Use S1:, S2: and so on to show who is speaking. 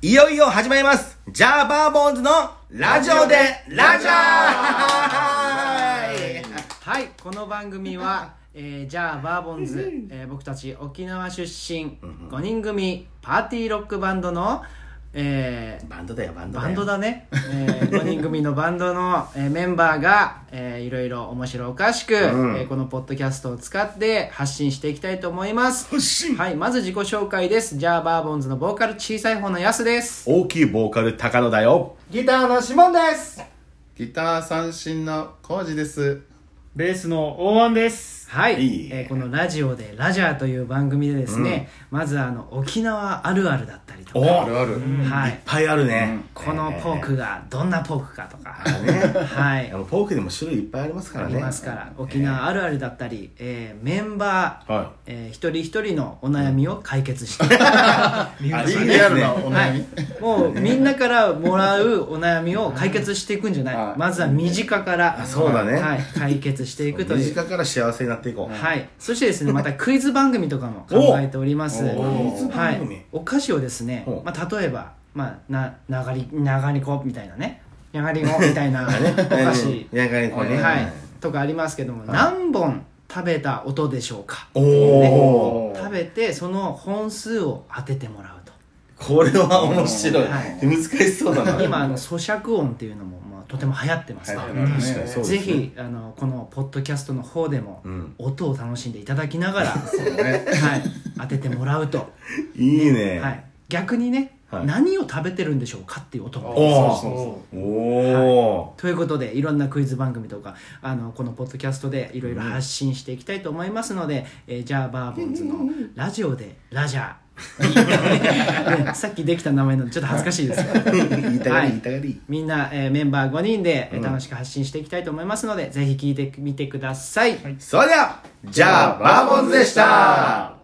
S1: いよいよ始まりますジャーバーボーンズのラジオでラジャー
S2: はい、この番組 は、えー、じゃあバーボンズ、えー僕たち沖縄出身5人組パーティーロックバンドの、えー
S1: バンドだよ、バンドだ
S2: バ
S1: よ。
S2: ンドだね、えー、5人組のバン ドの、えーメンバーが、えーいろいろ面白おかしく、
S1: うん
S2: えーこのポッドキャストを使って発信していきたいと思います
S1: 発信
S2: はいまず自己紹介ですじゃあバーボンズのボーカル小さい方のやすです
S1: 大きいボーカル、高野だよ。
S3: ギターのシモンです
S4: ギター三振のコージです。
S5: ベースの大安です。
S2: はい、
S1: いい
S2: えーこのラジオで「ラジャー」という番組でですね、まずあの沖縄あるあるだったりとか、
S4: あるある。
S2: はい
S1: っ
S2: い、
S1: ぱいあるね。
S2: このポークがどんなポークかとか、
S1: ね
S2: はい
S1: えー。あのポークでも種類いっぱいありますから
S2: あ
S1: ね。
S2: りますから沖縄あるあるだったり、えーメンバー、
S1: はい
S2: えー一人一人のお悩みを解決して、
S1: あ
S4: リ
S1: いいで
S4: リア
S1: す
S4: ル
S1: ね
S4: なお悩み。
S2: もうみんなからもらうお悩みを解決していくんじゃない、
S4: はい
S2: まずは身近から
S1: そうだね
S2: はい、解決していくと
S1: 身
S2: いう
S1: 近から幸せになっていこう。
S2: はい、そし てですねまたクイズ番組とかも考えております
S1: おクイズ
S2: は
S1: 番組
S2: い、お菓子をですね
S1: お、
S2: まあ、例えば、まあ、な流り流り子みたいなね流り子みたい なお菓子
S1: やがりこね。
S2: はい、とかありますけども、何本食べた音でしょうか
S1: おおー。
S2: 食べてその本数を当ててもらうと
S1: これは面白い。
S2: はい
S1: 難しそうだな。
S2: 今あの咀嚼音っていうのも、まあ、とても流行ってますから、
S4: 流行って
S1: 確かにそうですね
S2: ぜひあのこのポッドキャストの方でも、
S1: ん
S2: 音を楽しんでいただきながら、
S4: ね
S2: はい、当ててもらう と、
S1: いいね。
S2: はい、逆にね、
S1: はい
S2: 何を食べてるんでしょうかっていう音も
S1: お
S4: そ
S1: ー
S4: うそう
S1: おお
S2: ということでいろんなクイズ番組とかあのこのポッドキャストでいろいろ発信していきたいと思いますので、えーじゃあバーボンズのラジオでラジャ ー、ねさっきできた名前なのでちょっと恥ずかしいですけど
S1: ー。言いたが
S2: は
S1: り、
S2: い
S1: 言いたがり。
S2: みんな、えーメンバー5人で、えー楽しく発信していきたいと思いますので、ぜひ聞いてみてください、
S1: それでは、じゃあ、バーボンズでした